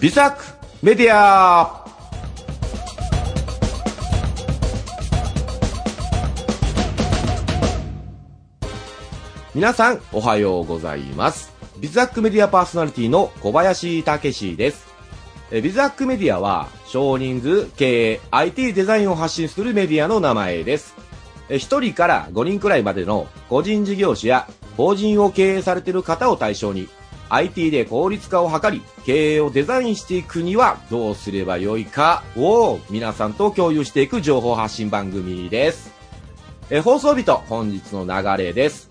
美作メディア皆さん、おはようございます。ビズアックメディアパーソナリティの小林武史です。えビズアックメディアは、少人数、経営、IT デザインを発信するメディアの名前です。え1人から5人くらいまでの個人事業主や法人を経営されている方を対象に、IT で効率化を図り、経営をデザインしていくにはどうすればよいかを皆さんと共有していく情報発信番組です。え放送日と本日の流れです。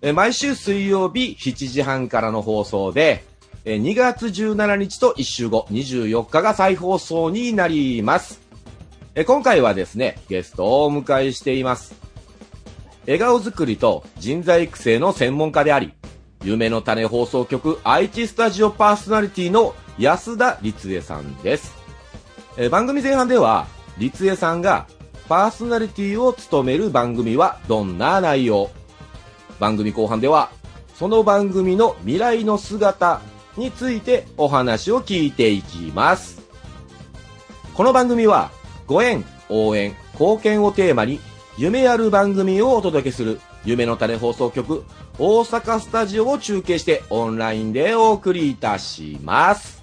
えー毎週水曜日7時半からの放送で、えー2月17日と1週後24日が再放送になります。えー今回はですね、ゲストをお迎えしています。笑顔作りと人材育成の専門家であり、夢の種放送局愛知スタジオパーソナリティの安田律恵さんです。えー番組前半では、律恵さんがパーソナリティを務める番組はどんな内容番組後半ではその番組の未来の姿についてお話を聞いていきますこの番組はご縁応援貢献をテーマに夢ある番組をお届けする夢の種放送局大阪スタジオを中継してオンラインでお送りいたします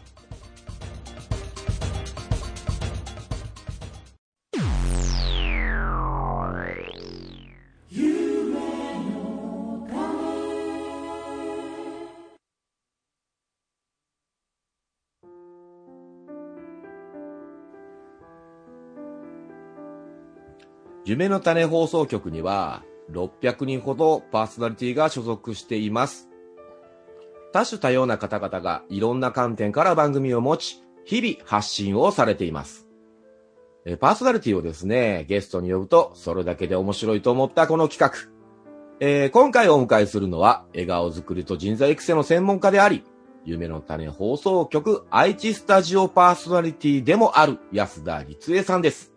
夢の種放送局には600人ほどパーソナリティが所属しています。多種多様な方々がいろんな観点から番組を持ち、日々発信をされています。えパーソナリティをですね、ゲストに呼ぶと、それだけで面白いと思ったこの企画。えー今回お迎えするのは、笑顔作りと人材育成の専門家であり、夢の種放送局愛知スタジオパーソナリティでもある安田律恵さんです。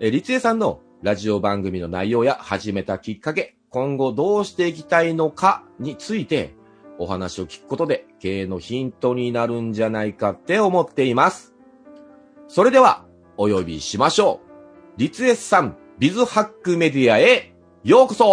えー、立江さんのラジオ番組の内容や始めたきっかけ、今後どうしていきたいのかについてお話を聞くことで経営のヒントになるんじゃないかって思っています。それではお呼びしましょう。立江さん、ビズハックメディアへようこそ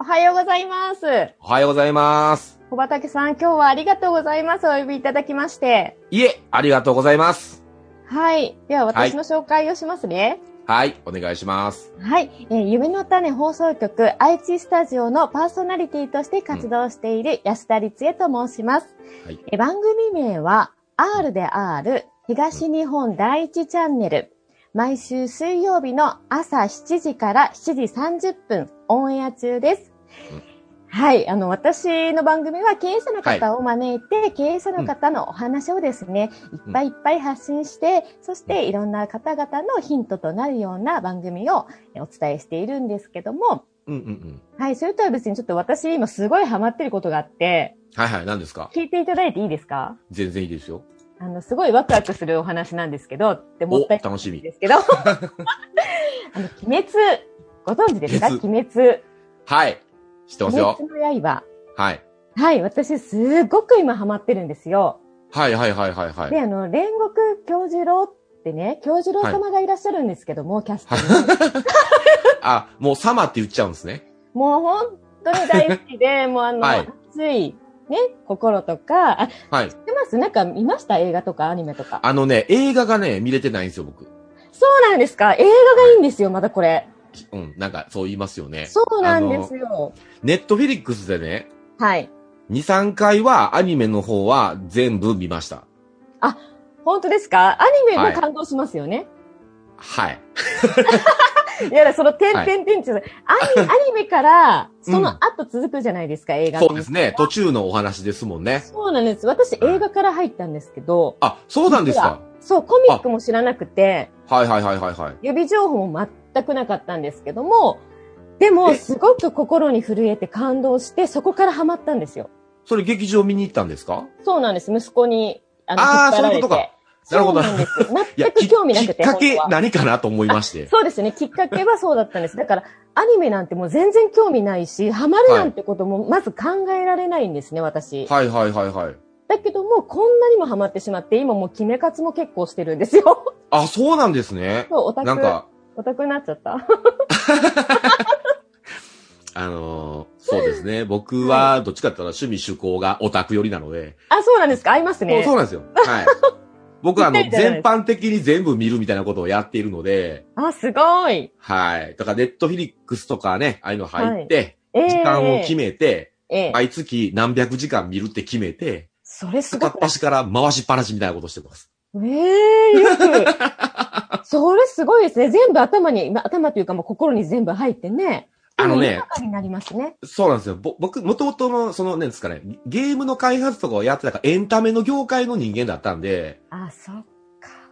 おはようございます。おはようございます。小畑さん、今日はありがとうございます。お呼びいただきまして。いえ、ありがとうございます。はい。では、私の紹介をしますね。はい、お願いします。はい、えー夢の種放送局愛知スタジオのパーソナリティとして活動している安田律恵と申します。はいえー番組名は R で R 東日本第一チャンネル。毎週水曜日の朝7時から7時30分オンエア中です。うんはい。あの、私の番組は経営者の方を招いて、経営者の方のお話をですね、いっぱいいっぱい発信して、そしていろんな方々のヒントとなるような番組をお伝えしているんですけども、うんうんうん。はい、それとは別にちょっと私今すごいハマってることがあって、はいはい、何ですか聞いていただいていいですか全然いいですよ。あの、すごいワクワクするお話なんですけど、ってもっお、 たい楽しなみいん。ですけど、あの、鬼滅、ご存知ですか鬼鬼滅。はい。知ってます鬼よ。滅の刃。はい。はい、私すごく今ハマってるんですよ。はいはいはいはいはい。で、あの、煉獄教授郎ってね、教授郎様がいらっしゃるんですけども、キャストに。 あ、もうサマって言っちゃうんですね。もう本当に大好きで、もうあの、はい熱い、ね、心とか、あ、知っはい。てますなんか見ました映画とかアニメとか。あのね、映画がね、見れてないんですよ、僕。そうなんですか映画がいいんですよ、まだこれ。うん、なんかそう言いますよね。そうなんですよ。ネットフィリックスでね、はい。 2、3回はアニメの方は全部見ました。本当ですかアニメはもい感動しますよね。はい。い、やだ、その、てんはいてんてんって、アニアニメ から、その後続くじゃないですか、映画そうですね。ね、途中のお話ですもんね。そうなんです。私、映画から入ったんですけど、あ、そうなんですか。そう、コミックも知らなくて、はいはいはいはいはい。予備情報も全くなかったんですけども、でも、えすごく心に震えて感動して、そこからハマったんですよ。それ劇場見に行ったんですかそうなんです。息子に、ああー引っ張られてそういうことかなるほどそうなんです。いや、全きくき興味なっくて。かけ本当は何かなと思いまして。 そうですね。きっかけはそうだったんです。だから、アニメなんてもう全然興味ないし、ハマるなんてこともまず考えられないんですね、私。はいはいはいはい。だけども、こんなにもハマってしまって、今もう決め活も結構してるんですよ。あ、そうなんですね。そう、オタなんク、か、 オタクになっちゃった。あのーそうですね。僕は、どっちかって言ったら趣味趣向がオタク寄りなので。あ、そうなんですか合いますそね。うそうなんですよ。 はい。僕は、あの、ぴったりじゃな全い般的に全部見るみたいなことをやっているので、あ、すごい。はい。だから、ネットフィリックスとかね、ああいうの入って、ええ時間を決めて、ええ毎月何百時間見るって決めて、それす片ごっくない端から回しっぱなしみたいなことしてます。ええよく。 それすごいですね。全部頭に、まあ、頭というかもう心に全部入ってね。あのね豊かになりますね。そうなんですよ。ぼ僕、もともとの、その、なんですかね、ゲームの開発とかをやってたから、エンタメの業界の人間だったんで、あ、そっか。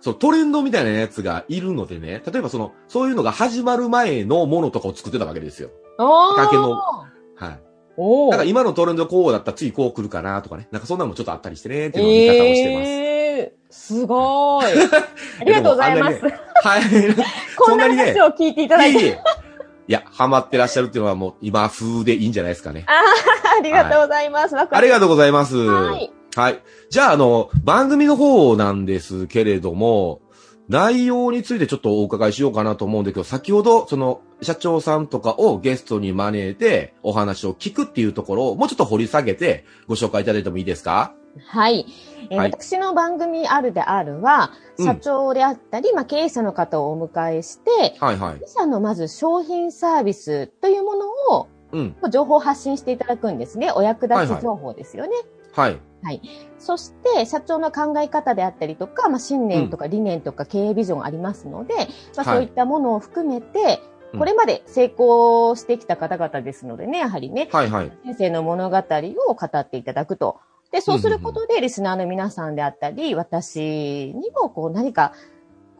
そう、トレンドみたいなやつがいるのでね、例えばその、そういうのが始まる前のものとかを作ってたわけですよ。おー。竹のはい。おー。だから今のトレンドこうだったら次こう来るかなとかね、なんかそんなのもちょっとあったりしてね、っていうのを見方をしてます。ええ すごい。ありがとうございます。ではい。こそんんななにね話を聞いていただいいえいて。えいや、ハマってらっしゃるっていうのはもう今風でいいんじゃないですかね。あ ーありがとうございます。わかありがとううございます。はい。はい。じゃあ、あの、番組の方なんですけれども、内容についてちょっとお伺いしようかなと思うんだけど、先ほど、その、社長さんとかをゲストに招いて、お話を聞くっていうところを、もうちょっと掘り下げて、ご紹介いただいてもいいですかはい。えーはい私の番組あるであるは、うん社長であったり、まあ、経営者の方をお迎えして、はいはい。自社のまず商品サービスというものをうん。情報発信していただくんですね。お役はい立はいち情報ですよね。はい。そして、社長の考え方であったりとか、まあ、信念とか理念とか経営ビジョンありますので、まあ、はいそういったものを含めて、うんこれまで成功してきた方々ですのでね、やはりね、はいはい。先生の物語を語っていただくと。で、そうすることで、リスナーの皆さんであったり、私にも、こう、何か、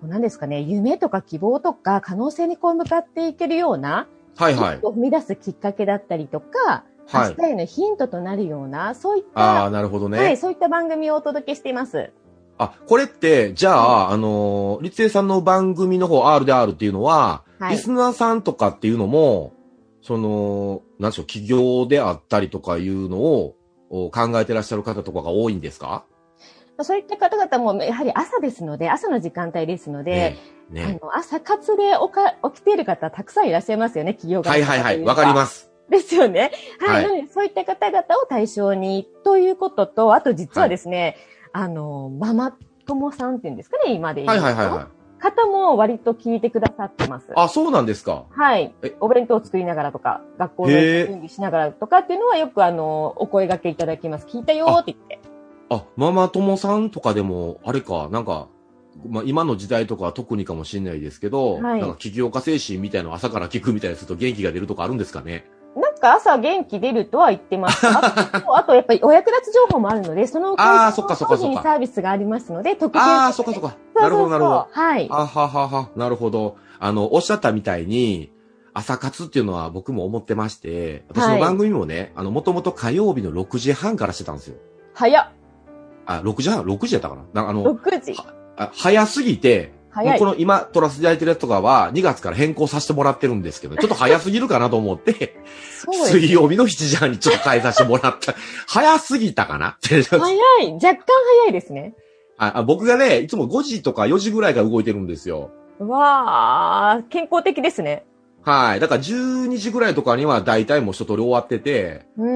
こう、何ですかね、夢とか希望とか、可能性にこう、向かっていけるような、はい一はい。歩を踏み出すきっかけだったりとか、はい明日へのヒントとなるような、そういっああ、た、なるほどね。はい、そういった番組をお届けしています。あ、これって、じゃあ、あのー、立英さんの番組の方、R で R っていうのは、はいリスナーさんとかっていうのも、その、なんでしょう、企業であったりとかいうのを、お考えてらっしゃる方とかが多いんですかそういった方々も、やはり朝ですので、朝の時間帯ですので、ねねあの朝活でおか起きている方、たくさんいらっしゃいますよね、企業が。はいはいはい、わかります。ですよね。はい。はいなので、そういった方々を対象に、ということと、あと実はですね、あの、ママ友さんっていうんですかね、今で言はういとはいはいはい。方も割と聞いてくださってます。あ、そうなんですか。はいえ。お弁当を作りながらとか、学校へえで準備しながらとかっていうのはよくあの、お声掛けいただきます。聞いたよーって言って。あ、ママ友さんとかでも、あれか、なんか、まあ、今の時代とかは特にかもしれないですけど、はいなんか起業家精神みたいなの朝から聞くみたいにすると元気が出るとかあるんですかねなんか朝元気出るとは言って ます。あと、あとやっぱりお役立ち情報もあるので、そのあーそっかそっかそっか商品サービスがありますので、特典ああ、そっかそっか。そなうそうるそほうどなるほど。はい。あははは、なるほど。あの、おっしゃったみたいに、朝活っていうのは僕も思ってまして、私の番組もね、あの、もともと火曜日の6時半からしてたんですよ。早っ。あ、6時半 ?6 時やったかななあの、 6時。あ早すぎて、も早ういこ。の今撮らせていただいてるやつとかは2月から変更させてもらってるんですけど、ちょっと早すぎるかなと思って、そうですね水曜日の7時半にちょっと変えさせてもらった。早すぎたかなって。早い。若干早いですね。ああ僕がね、いつも5時とか4時ぐらいから動いてるんですよ。わー、健康的ですね。はい。だから12時ぐらいとかには大体もう一通り終わってて、うー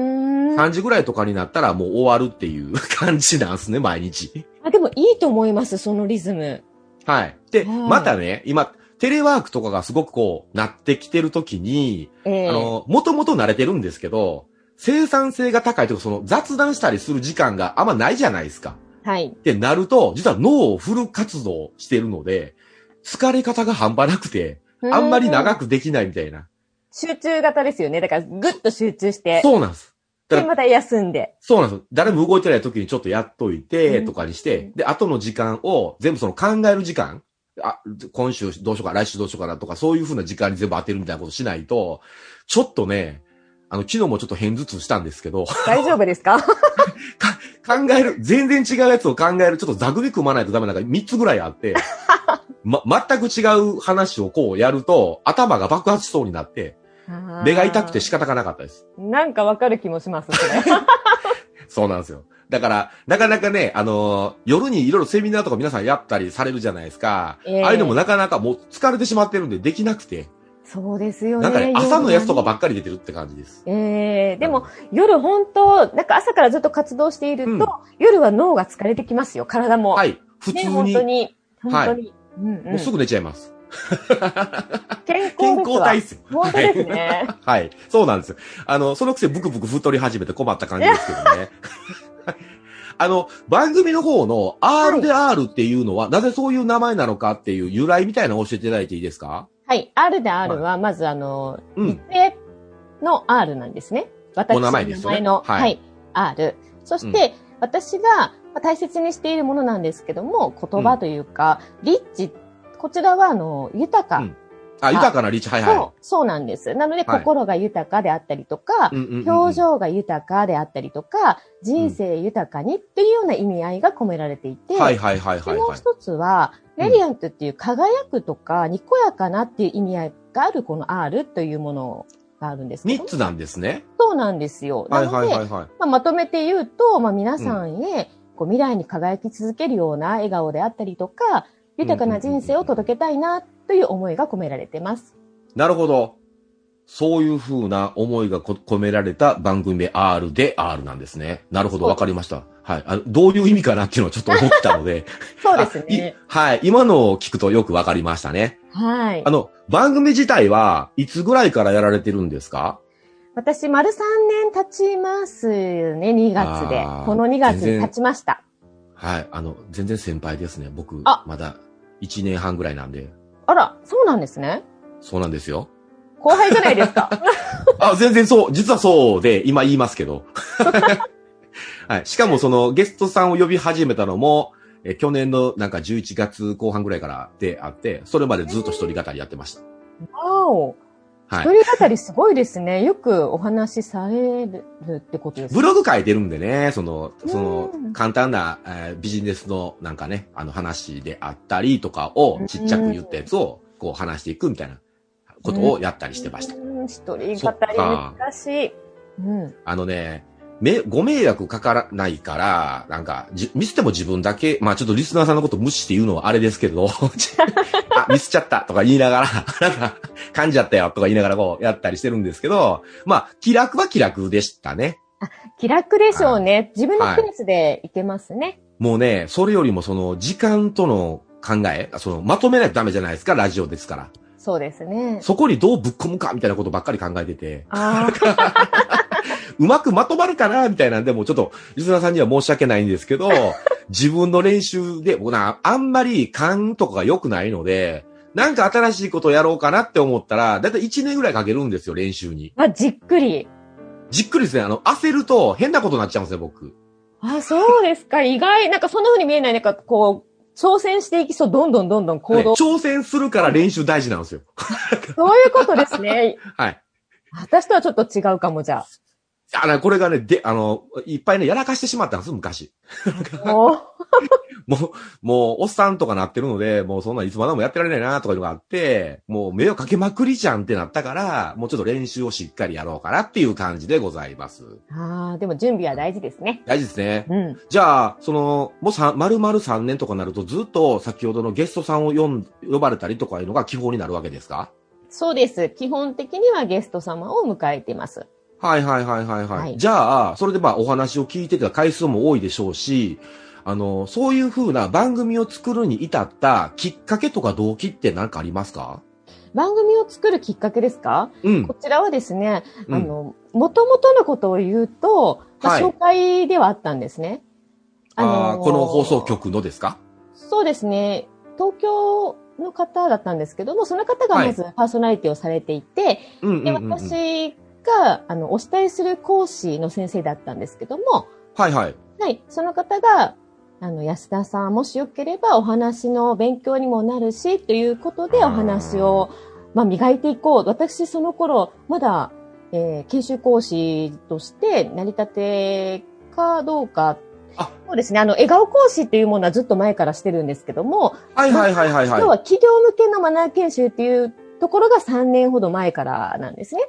ん。 3時ぐらいとかになったらもう終わるっていう 感じなんですね、毎日。あ、でもいいと思います、そのリズム。はい。で、はいまたね、今、テレワークとかがすごくこう、なってきてるときに、ええあの、もともと慣れてるんですけど、生産性が高いとか、その雑談したりする時間があんまないじゃないですか。はい。ってなると、実は脳をフル活動してるので、疲れ方が半端なくて、あんまり長く。くできないみたいな。集中型ですよね。だから、ぐっと集中して。そうなんです。だで、からまた休んで。そうなんですよ。誰も動いてない時にちょっとやっといて、うんとかにして、うんで、後の時間を全部その考える時間、あ、今週どうしようか、来週どうしようかなとか、そういう風な時間に全部当てるみたいなことしないと、ちょっとね、あの、昨日もちょっと変頭痛したんですけど、 大丈夫ですか考える、全然違うやつを考える、ちょっとザグビ組まないとダメなんか3つぐらいあ って、ま、全く違う話をこうやると、頭が爆発しそうになって、 目が痛くて仕か方がなかったです。なんかわかる気もします、それ。そうなんですよ。だから、なかなかね、あのー夜にいろいろセミナーとか皆さんやったりされるじゃないですか。ええああいうのもなかなかもう疲れてしまってるんでできなくて。 そうですよね。なんかね、夜はね朝のやつとかばっかり出てるって感じです。ええでも、夜本当、なんか朝からずっと活動していると、うん夜は脳が疲れてきますよ、体も。。はいい。普通ね、に、本当に。本はい当に。うんうん、もうすぐ寝ちゃいます。健康健康ですわ体っすよ。本当ですね。はい。そうなんですよ。あの、そのくせブクブク太り始めて困った感じですけどね。 あの、番組の方の R で R っていうのは、なぜそういう名前なのかっていう由来みたいなのを教えていただいていいですかはい。R で R は、まずあの、うん。で、の R なんですね。私お名の名前前ですよねの、ははいい、R。そして、私がまあ大切にしているものなんですけども、言葉というか、リッチ、こちらは、あの、豊か、うんあ、豊かなリーチ、はいはそう、そうなんです。なので、はい心が豊かであったりとか、い。うんうんうんうん表情が豊かであったりとか、人生豊かにっていうような意味合いが込められていて、はいはいはいはいでもうはい。一つは、うんレディアントっていう輝くとか、にこやかなっていう意味合いがあるこの R というものがあるんですけど3つなんですね。そうなんですよ。はないのはいで、はいはい。まあ、まとめて言うと、まあ、皆さんへ、こう未来に輝き続けるような笑顔であったりとか、豊かな人生を届けたいなという思いが込められてます。なるほど。そういう風な思いがこ込められた番組名 R で R なんですね。なるほど、そうわかりました。はい。あの、どういう意味かなっていうのはちょっと思ったので。 そうですね。あいはい。今のを聞くとよくわかりましたね。はいあ。の、番組自体はいつぐらいからやられてるんですか私、丸3年経ちますね、2月であー。この2月全然に経ちました。はい。あの、全然先輩ですね。僕、あまだ1年半ぐらいなんで。あら、そうなんですね。そうなんですよ。後輩じゃないで すか。あ、全然そう。実はそうで、今言いますけど。 はい。しかもそのゲストさんを呼び始めたのも、え去年のなんか11月後半ぐらいからであって、それまでずっと一人語りやってましわお。た。はい。一人語りすごいですね。よくお話しされるってことですねブログ書いてるんでね、その、そのう、ん簡単な、えービジネスのなんかね、あの話であったりとかをちっちゃく言ったやつをこう話していくみたいなことをやったりしてました。うん一人語りそっか難しい。うん。あのね、め、ご迷惑かからないから、なんか、じ、ミスっても自分だけ、まあちょっとリスナーさんのこと無視して言うのはあれですけど、 あ、ミスっちゃったとか言いながら、 なんか、噛んじゃったよとか言いながらこうやったりしてるんですけど、まあ、気楽は気楽でしたね。気楽でしょうね。自分のペースでいけますね。もうね、それよりもその、時間との考え、その、まとめないとダメじゃないですか、ラジオですから。そうですね。そこにどうぶっ込むかみたいなことばっかり考えてて、ああ、うまくまとまるかなみたいなんで、もうちょっと、リスナーさんには申し訳ないんですけど、 自分の練習で、僕な、あんまり勘とかが良くないので、なんか新しいことをやろうかなって思ったら、だいたい1年ぐらいかけるんですよ、練習に。まあ、じっくり。じっくりですね、あの、焦ると変なことになっちゃうんですね、僕。ああ、そうですか。意外。なんかそんな風に見えない。なんかこう、挑戦していきそう。どんどんどんどん行ね動。挑戦するから練習大事なんですよ。そういうことです ね。はい。私とはちょっと違うかも、じゃあの、これがね、で、あの、いっぱいね、やらかしてしまったんです、昔。 あ。おーもう、もう、おっさんとかなってるので、もうそんなんいつまでもやってられないなとかいうのがあって、もう目をかけまくりじゃんってなったから、もうちょっと練習をしっかりやろうかなっていう感じでございます。ああ、でも準備は大事ですね。大事ですね。うん。じゃあ、その、もうさ、丸々3年とかなるとずっと先ほどのゲストさんを呼ん、呼ばれたりとかいうのが基本になるわけですかそうです。基本的にはゲスト様を迎えています。はいはいはいはいはい。はいじゃあ、それでまあお話を聞いてた回数も多いでしょうし、あの、そういう風な番組を作るに至ったきっかけとか動機って何かありますか番組を作るきっかけですかうんこ。ちらはですね、うんあの、元々のことを言うと、まあはい紹介ではあったんですね。あーーこの放送。局のですかそうですね。東京の方だったんですけども、その方がまずパーソナリティをされていて、うんうんで、うんうん。私が、あの、お慕いする講師の先生だったんですけども、はいはい。はい、その方が、あの、安田さん、もしよければお話の勉強にもなるし、ということでうんお話を、まあ、磨いていこう。私、その頃、まだ、えー研修講師として成り立てかどうか。あそうですね。あの、笑顔講師っていうものはずっと前からしてるんですけども、はいはいはいはい今は日い。は企業向けのマナー研修っていうところが3年ほど前からなんですね。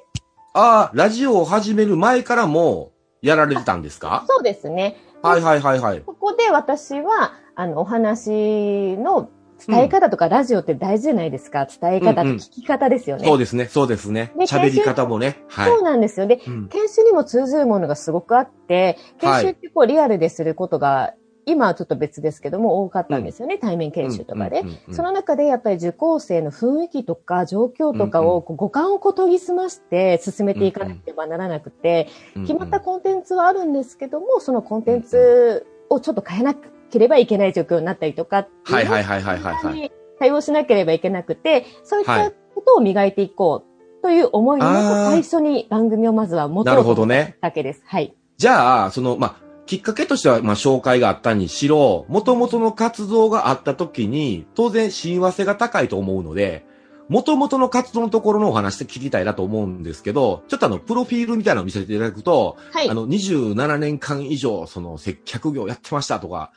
ああ、ラジオを始める前からもやられてたんですかそうですね。はいはいはいはい。ここで私は、あの、お話の伝え方とか、ラジオって大事じゃないですか。伝え方と聞き方ですよね。そうですね、そうですね。で喋り方もね。はい。そうなんですよ。で、うん研修にも通ずるものがすごくあって、研修ってこうリアルですることが、今はちょっと別ですけども、多かったんですよね。対面研修とかでうん。うんうんうんその中でやっぱり受講生の雰囲気とか状況とかをこう五感をこう研ぎ澄まして進めていかなければならなくて、決まったコンテンツはあるんですけども、そのコンテンツをちょっと変えなければいけない状況になったりとかってはいいうはいはいはいはいはのい。に対応しなければいけなくて、そういっはいたことを磨いていこうという思いのもとあー最初に番組をまずは持ってなるほどね。だけです。はい。じゃあ、その、まあ、きっかけとしては、まあ、紹介があったにしろ、元々の活動があった時に、当然親和性が高いと思うので、元々の活動のところのお話で聞きたいなと思うんですけど、ちょっとあの、プロフィールみたいなのを見せていただくと、はいあ。の、27年間以上、その、接客業やってましたとか、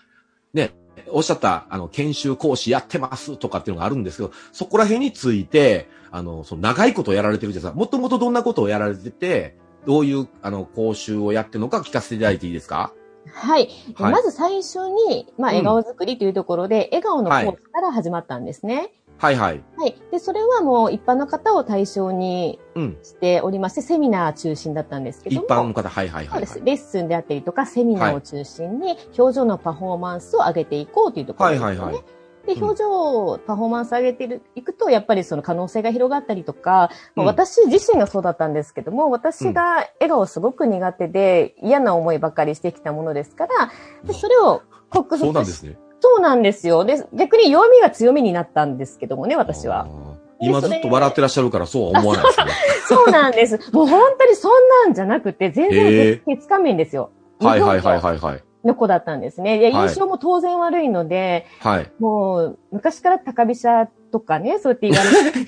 ね、おっしゃった、あの、研修講師やってますとかっていうのがあるんですけど、そこら辺について、あの、その、長いことやられてるじゃないですか。もともとどんなことをやられてて、どういう、あの、講習をやってるのか聞かせていただいていいですかはい。はいまず最初に、まあ、うん笑顔作りというところで、笑顔のコはいースから始まったんですね。はいはい。はい。で、それはもう一般の方を対象にうん。しておりまして、セミナー中心だったんですけ一ども。般の方、はいはいそはうい、ではす。い。レッスンであったりとか、セミナーを中心に、表情のパフォーマンスを上げていこうというところはでいすはね。いはい。で、うん表情、パフォーマンス上げてるいくと、やっぱりその可能性が広がったりとか、まうんあ私自身がそうだったんですけども、私が笑顔すごく苦手で、嫌な思いばかりしてきたものですから、でそれを克服しそうなんですね。そうなんですよ。で、逆に弱みが強みになったんですけどもね、私はあ。ー。今ずっと笑ってらっしゃるからそうは思わないですね。そうなんです。もう本当にそんなんじゃなくて、全へ然え手つかめんですよ。はいはいはいはいはい。の子だったんですね。で、はい印象も当然悪いので、はい。もう、昔から高飛車とかね、そうやって言わ れて、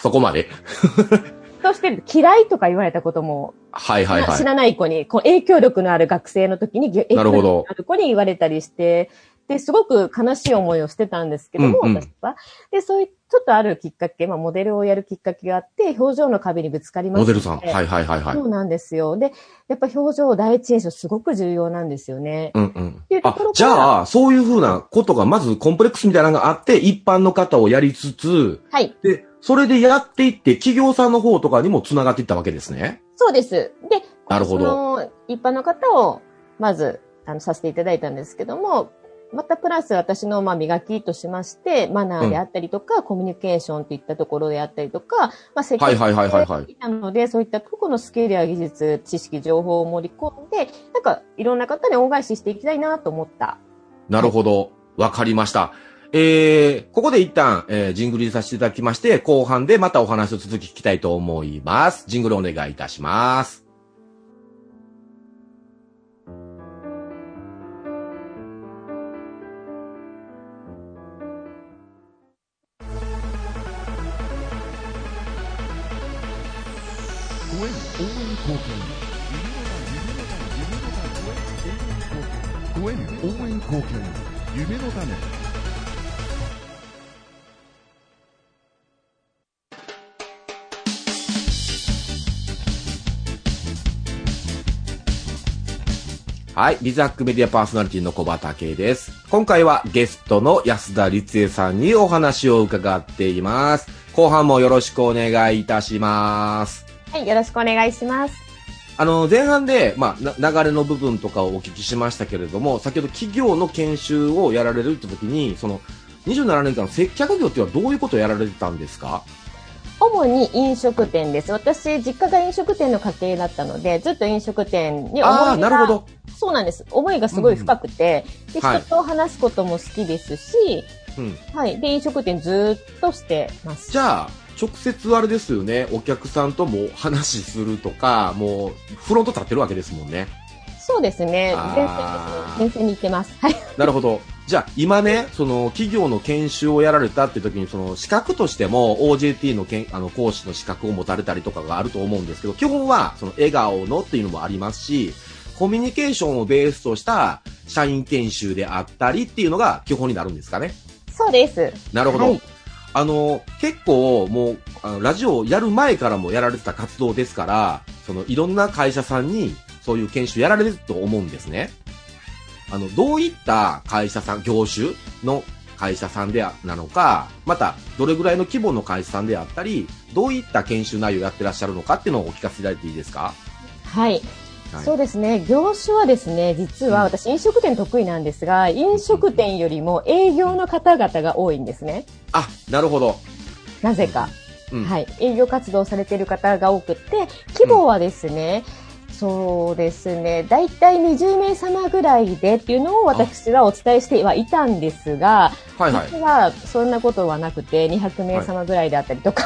そこまで。そして嫌いとか言われたことも、はいはいはい知。らない子に、こう影響力のある学生の時に、影響なるほ力どのある子に言われたりして、で、すごく悲しい思いをしてたんですけども、うんうん私は。で、そういう、ちょっとあるきっかけ、まあ、モデルをやるきっかけがあって、表情の壁にぶつかりましモたデのルで。さん。はいはいはいはい。そうなんですよ。で、やっぱ表情第一印象すごく重要なんですよね。うんうんていう。とあころから、じゃあ、そういうふうなことが、まずコンプレックスみたいなのがあって、一般の方をやりつつ、はい。で、それでやっていって、企業さんの方とかにも繋がっていったわけですね。そうです。で、なるほどその一般の方を、まず、あの、させていただいたんですけども、またプラス私の、まあ、磨きとしまして、マナーであったりとか、コミュニケーションといったところであったりとか、まあ、設はいはいはいはいはい。なので、そういった個々のスキルや技術、知識、情報を盛り込んで、なんか、いろんな方に恩返ししていきたいなと思った。なるほど。わかりました。えー、ここで一旦、えー、ジングルにさせていただきまして、後半でまたお話を続き聞きたいと思います。ジングルお願いいたします。ご縁応援貢献ご縁応援貢献夢の種はい。ビザックメディアパーソナリティの小畑です。今回はゲストの安田律恵さんにお話を伺っています。後半もよろしくお願いいたします。はい、よろしくお願いします。あの、前半で、まあ、な流れの部分とかをお聞きしましたけれども、先ほど企業の研修をやられるって時に、その、27年間の接客業っていうのはどういうことをやられてたんですか主に飲食店です。私、実家が飲食店の家系だったので、ずっと飲食店に思いああー、がなるほど。そうなんです。思いがすごい深くて、ではい人と話すことも好きですし、うん。はい。で、飲食店ずっとしてます。じゃあ、直接あれですよね、お客さんとも話しするとか、もう、フロント立ってるわけですもんね。そうですね。前あー線ですね。前線に行ってます。はい。なるほど。じゃあ、今ね、その、企業の研修をやられたって時に、その、資格としても、OJT のけんあの講師の資格を持たれたりとかがあると思うんですけど、基本は、その、笑顔のっていうのもありますし、コミュニケーションをベースとした、社員研修であったりっていうのが基本になるんですかね。そうです。なるほど。はいあの、結構、もう、あのラジオをやる前からもやられてた活動ですから、その、いろんな会社さんに、そういう研修やられてると思うんですね。あの、どういった会社さん、業種の会社さんであなのか、また、どれぐらいの規模の会社さんであったり、どういった研修内容をやってらっしゃるのかっていうのをお聞かせいただいていいですかはい。はいそうですね。業種はですね、実うんは私飲食店得意なんですが、飲食店よりも営業の方々が多いんですね。あ、なるほど。なぜか。うん。はい。営業活動されてる方が多くって、規模はですね、そうですね。だいたい20名様ぐらいでっていうのを私はお伝えしてはいたんですが、はいはい。実はそんなことはなくて、200名様ぐらいであったりとか、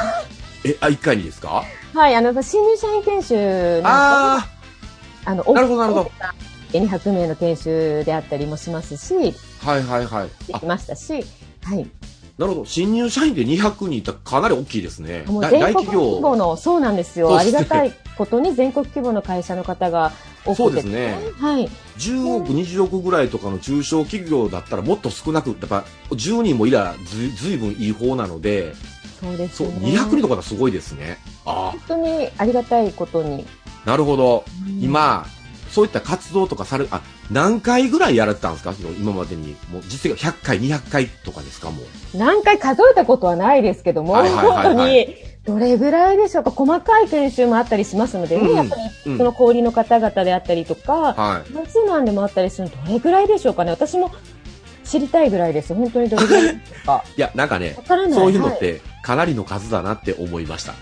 え、あ、一回にですかはい、あの、新入社員研修なんかああの、あ、なるほどなるほど。 200名の研修であったりもしますし、はいはいはい。であき、ましたし、はい。なるほど。新入社員で200人いたらかなり大きいですね。もうだ全国規模の、そうなんですよ。そうであすりねがたいことに全国規模の会社の方が多くて。そうですね。はい。 10億、20億ぐらいとかの中小企業だったらもっと少なく、やっぱ10人もいらずずいぶんいい方なので、そうですそう、ね。 200人とかだとすごいですね。あ本当にありがたいことに。あ、なるほど。うん、今、そういった活動とかされ、あ、何回ぐらいやられてたんですかその今までに。もう実際100回、200回とかですかもう。何回数えたことはないですけども、はいはいはいはい本当に、どれぐらいでしょうか、細かい研修もあったりしますのでね、うんやっぱり、うんその氷の方々であったりとか、はい。夏なんでもあったりするのどれぐらいでしょうかね私も知りたいぐらいです本当にどれぐらいですかいや、なんかねわ、からな いそういうのっはてかなりの数だなって思いました。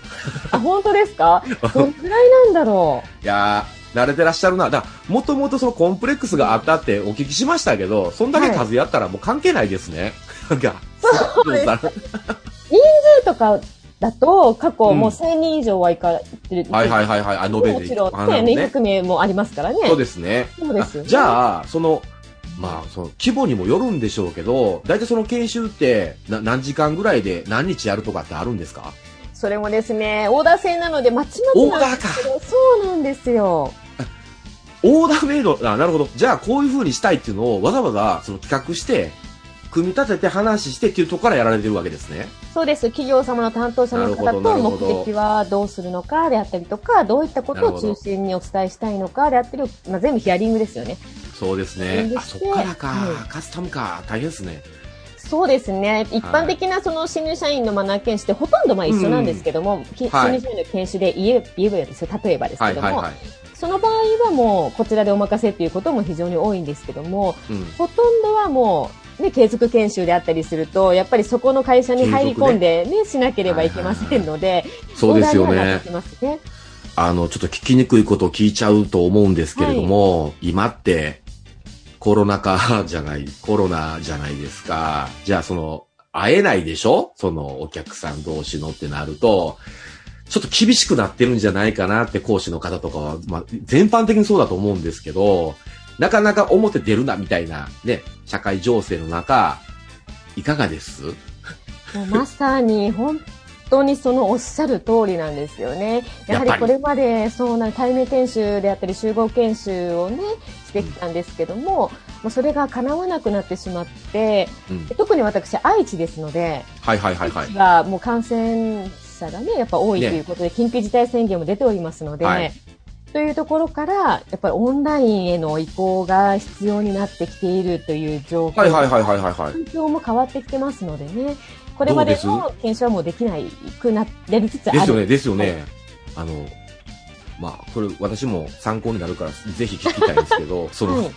あ本当です かどれぐらいなんだろいやー、慣れてらっしゃるな。だもともとそのコンプレックスがあったってお聞きしましたけど、そんだけ数やったらもう関係ないですね。 なんか、そうですうとかだと過去うんもう1000人以上はいかってる、はいはいはいはい。あ、延べもでちろあん、なるねほどね200名もありますからねそうですね。そうですよあねじゃあ、その、まあ、その規模にもよるんでしょうけど、大体その研修ってな何時間ぐらいで何日やるとかってあるんですかそれもですねオーダー制なのでまちまちオーなダんーかですけどそうなんですよオーダーメイド、あ、なるほど。じゃあ、こういう風にしたいっていうのをわざわざその企画して、組み立てて話してっていうところからやられてるわけですね。そうです企業様の担当者のなる方ほどなるほとど目的はどうするのかであったりとかどういったことを中心にお伝えしたいのかであったり、まあ、全部ヒアリングですよねそうですいいね。であ、すそねっからか。はカスタムか。大変ですね。そうですね。一般的なその新入社員のマナー研修ってほとんどまあ一緒なんですけども、きはい新入社員の研修で言え言えばですよ。例えばですはけいども、はいはい。その場合はもうこちらでお任せっていうことも非常に多いんですけども、うん。ほとんどはもう、ね、継続研修であったりすると、やっぱりそこの会社に入り込んで、ねしなければいけませんので、そうですよオーダーにはなねって。きますね。あの、ちょっと聞きにくいことを聞いちゃうと思うんですけれども、今って、コロナ禍じゃない、コロナじゃないですか。じゃあ、その、会えないでしょその、お客さん同士のってなると、ちょっと厳しくなってるんじゃないかなって講師の方とかは、まあ、全般的にそうだと思うんですけど、なかなか表出るな、みたいな、ね、社会情勢の中、いかがです もうまさに本当にそのおっしゃる通りなんですよね。ややっはりぱこりれまでそうな対面研修であったり集合研修をねしてきたんですけども、もうそれが叶わなくなってしまって、うん。特に私愛知ですので、はいはいはいはい。がもう感染者がねやっぱ多いとねいうことで、緊急事態宣言も出ておりますので。はいというところから、やっぱりオンラインへの移行が必要になってきているという状況。はいはいはいはいはいはい。環境も変わってきてますのでね、これまでどの研修はもうできないくなりつつある。ですよね、ですよね。あの、まあ、これ私も参考になるから、ぜひ聞きたいんですけど、 その、はい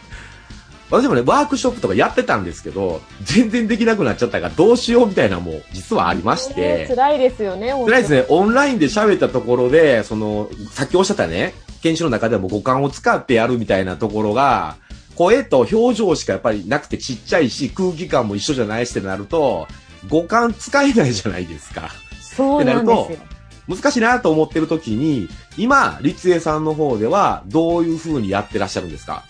私もね、ワークショップとかやってたんですけど、全然できなくなっちゃったから、どうしようみたいなのも、実はありましねて、辛いですよね、本当に辛いですね、オンラインで喋ったところで、その、さっきおっしゃったね、研修の中でも五感を使ってやるみたいなところが、声と表情しかやっぱりなくてちっちゃいし、空気感も一緒じゃないしってなると、五感使えないじゃないですか。そうなんですよ。難しいなと思ってる時に、今、立江さんの方では、どういう風にやってらっしゃるんですか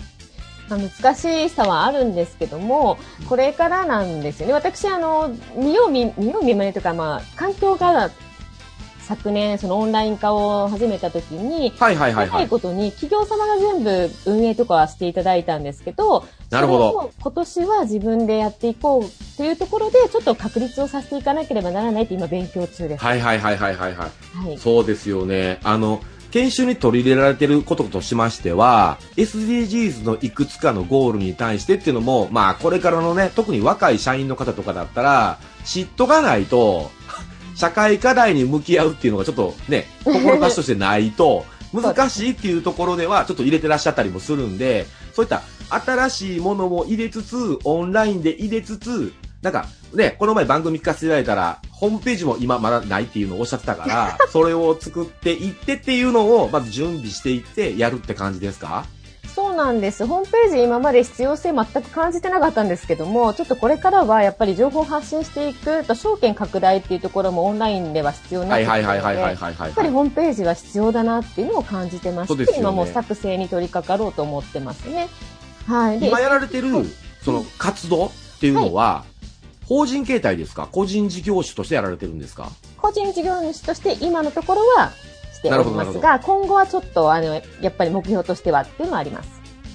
まあ難しさはあるんですけども、これからなんですよね。私、あの、見よう見、見よう見まねというか、まあ、環境が昨年、そのオンライン化を始めた時に、はいはいは早いはいい。ことに企業様が全部運営とかはしていただいたんですけど、なるほそど。れを今年は自分でやっていこうというところで、ちょっと確立をさせていかなければならないって今勉強中です。はいはいはいはいはいはい。はい。そうですよね。あの、研修に取り入れられていることとしましては、SDGs のいくつかのゴールに対してっていうのも、まあこれからのね、特に若い社員の方とかだったら、知っとかないと、社会課題に向き合うっていうのがちょっとね、志としてないと、難しいっていうところではちょっと入れてらっしゃったりもするんで、そういった新しいものも入れつつ、オンラインで入れつつ、なんかね、この前番組聞かせていただいたら、ホームページも今まだないっていうのをおっしゃってたから、それを作っていってっていうのを、まず準備していってやるって感じですかそうなんです。ホームページ今まで必要性全く感じてなかったんですけども、ちょっとこれからはやっぱり情報発信していくと、証券拡大っていうところもオンラインでは必要になっはていくるのはで、いはいはいはいやはい、はいっぱりホームページは必要だなっていうのを感じてまそうして、ですよね今もう作成に取り掛かろうと思ってますね。はい。で今やられてる、その活動っていうのは、法人形態ですか個人事業主としてやられてるんですか個人事業主として今のところはしてなおるりほどますが、今後はちょっと、あの、やっぱり目標としてはっていうのはあります。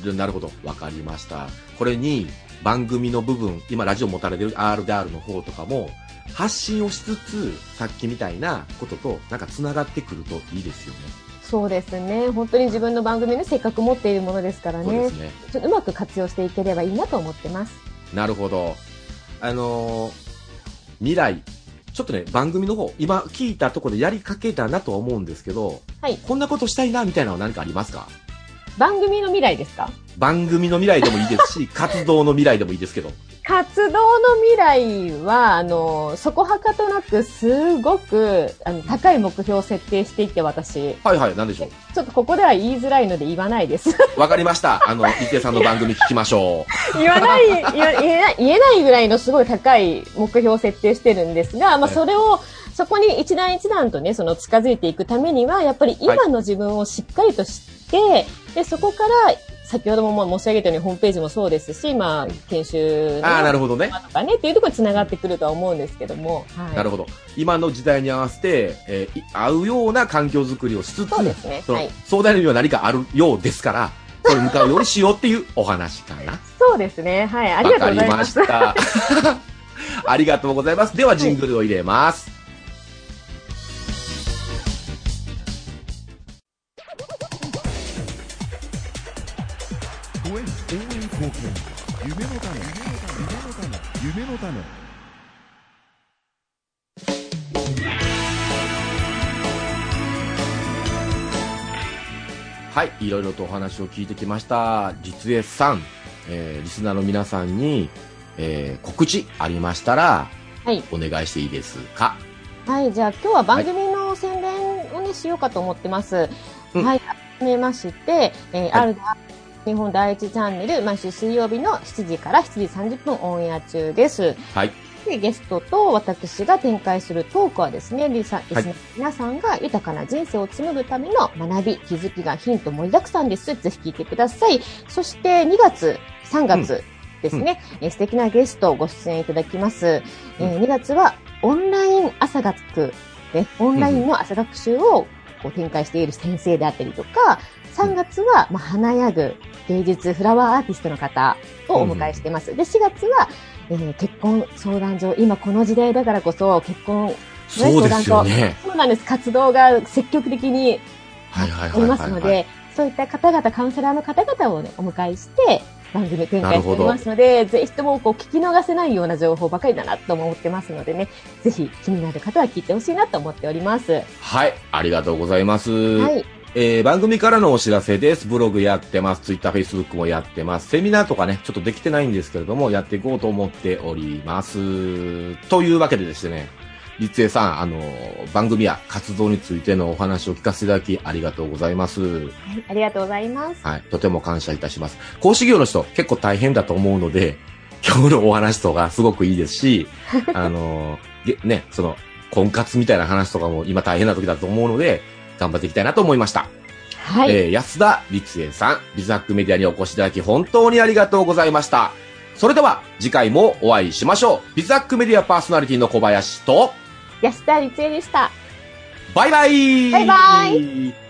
でなるほど。わかりました。これに、番組の部分、今ラジオ持たれてる RDR の方とかも、発信をしつつ、さっきみたいなことと、なんか繋がってくるといいですよね。そうですね。本当に自分の番組ね、せっかく持っているものですからそうでねす。ね。ちょっとうまく活用していければいいなと思ってます。なるほど。あのー未来、ちょっとね、番組の方、今聞いたところでやりかけたなとは思うんですけど、はい。こんなことしたいな、みたいなのは何かありますか番組の未来ですか番組の未来でもいいです し、活動の未来でもいいですけど。活動の未来は、あの、そこはかとなく、すごく、あの、高い目標を設定していて、私。はいはい、なんでしょちょっとここでは言いづらいので言わないです。う。わかりました。あの、伊勢さんの番組聞きましょう。言わない、言わ言えない、言えないぐらいのすごい高い目標を設定してるんですが、まあはいそれを、そこに一段一段とね、その近づいていくためには、やっぱり今の自分をしっかりと知って、で、そこから、先ほどももう申し上げたようにホームページもそうですし、 まあ、研修ああ、なのるほどね。場とかね、っていうところに繋がってくるとは思うんですけども、はい。なるほど。今の時代に合わせて、えーい合うような環境づくりをしつつ、そうですねそのはい相談には何かあるようですから、それに向かうようにしようって いうお話かな。そうですね。はい。ありがとうございます。わかりました。あ りがとうございます。では、ジングルを入れます。ご縁応援貢献夢の種夢の種夢の種はい、いろいろとお話を聞いてきました。実江さん、えーリスナーの皆さんに、えー告知ありましたら、はい。お願いしていいですかはい、じゃあ今日は番組の宣伝をね、しようかと思ってます。うんはい、改めまして、えーはい R 日本第一チャンネル、毎週水曜日の7時から7時30分オンエア中です。はい。でゲストと私が展開するトークはですね、リサリスナーの皆さんが豊かな人生を紡ぐための学び、気づきがヒント盛りだくさんです。ぜひ聞いてください。そして2月、3月ですね、えー素敵なゲストをご出演いただきます。うんえー2月はオンライン朝学、ね、オンラインの朝学習をこう展開している先生であったりとか、3月は、まあ、花屋具、芸術、フラワーアーティストの方をお迎えしています。で、4月は、えー結婚相談所、今この時代だからこそ、結婚、そうですよね。そうなんです、活動が積極的にはいはいあはいはりまい、すはのい。で、そういった方々、カウンセラーの方々をね、お迎えして、番組展開しておりますので、ぜひともこう聞き逃せないような情報ばかりだなと思ってますのでね、ぜひ気になる方は聞いてほしいなと思っております。ははい、ありがとうございます。い。えー番組からのお知らせです。ブログやってます。ツイッター、フェイスブックもやってます。セミナーとかね、ちょっとできてないんですけれども、やっていこうと思っております。というわけでですね、立江さん、あの、番組や活動についてのお話を聞かせていただき、ありがとうございます。はいありがとうございます。はい、とても感謝いたします。講師業の人、結構大変だと思うので、 今日のお話とかすごくいいですし、あの、げね、その、婚活みたいな話とかも今大変な時だと思うので、頑張っていきたいなと思いました。はい。えー安田立英さん、ビズハックメディアにお越しいただき本当にありがとうございました。それでは次回もお会いしましょう。ビズハックメディアパーソナリティの小林と、安田律恵でした。バイバイバイバイ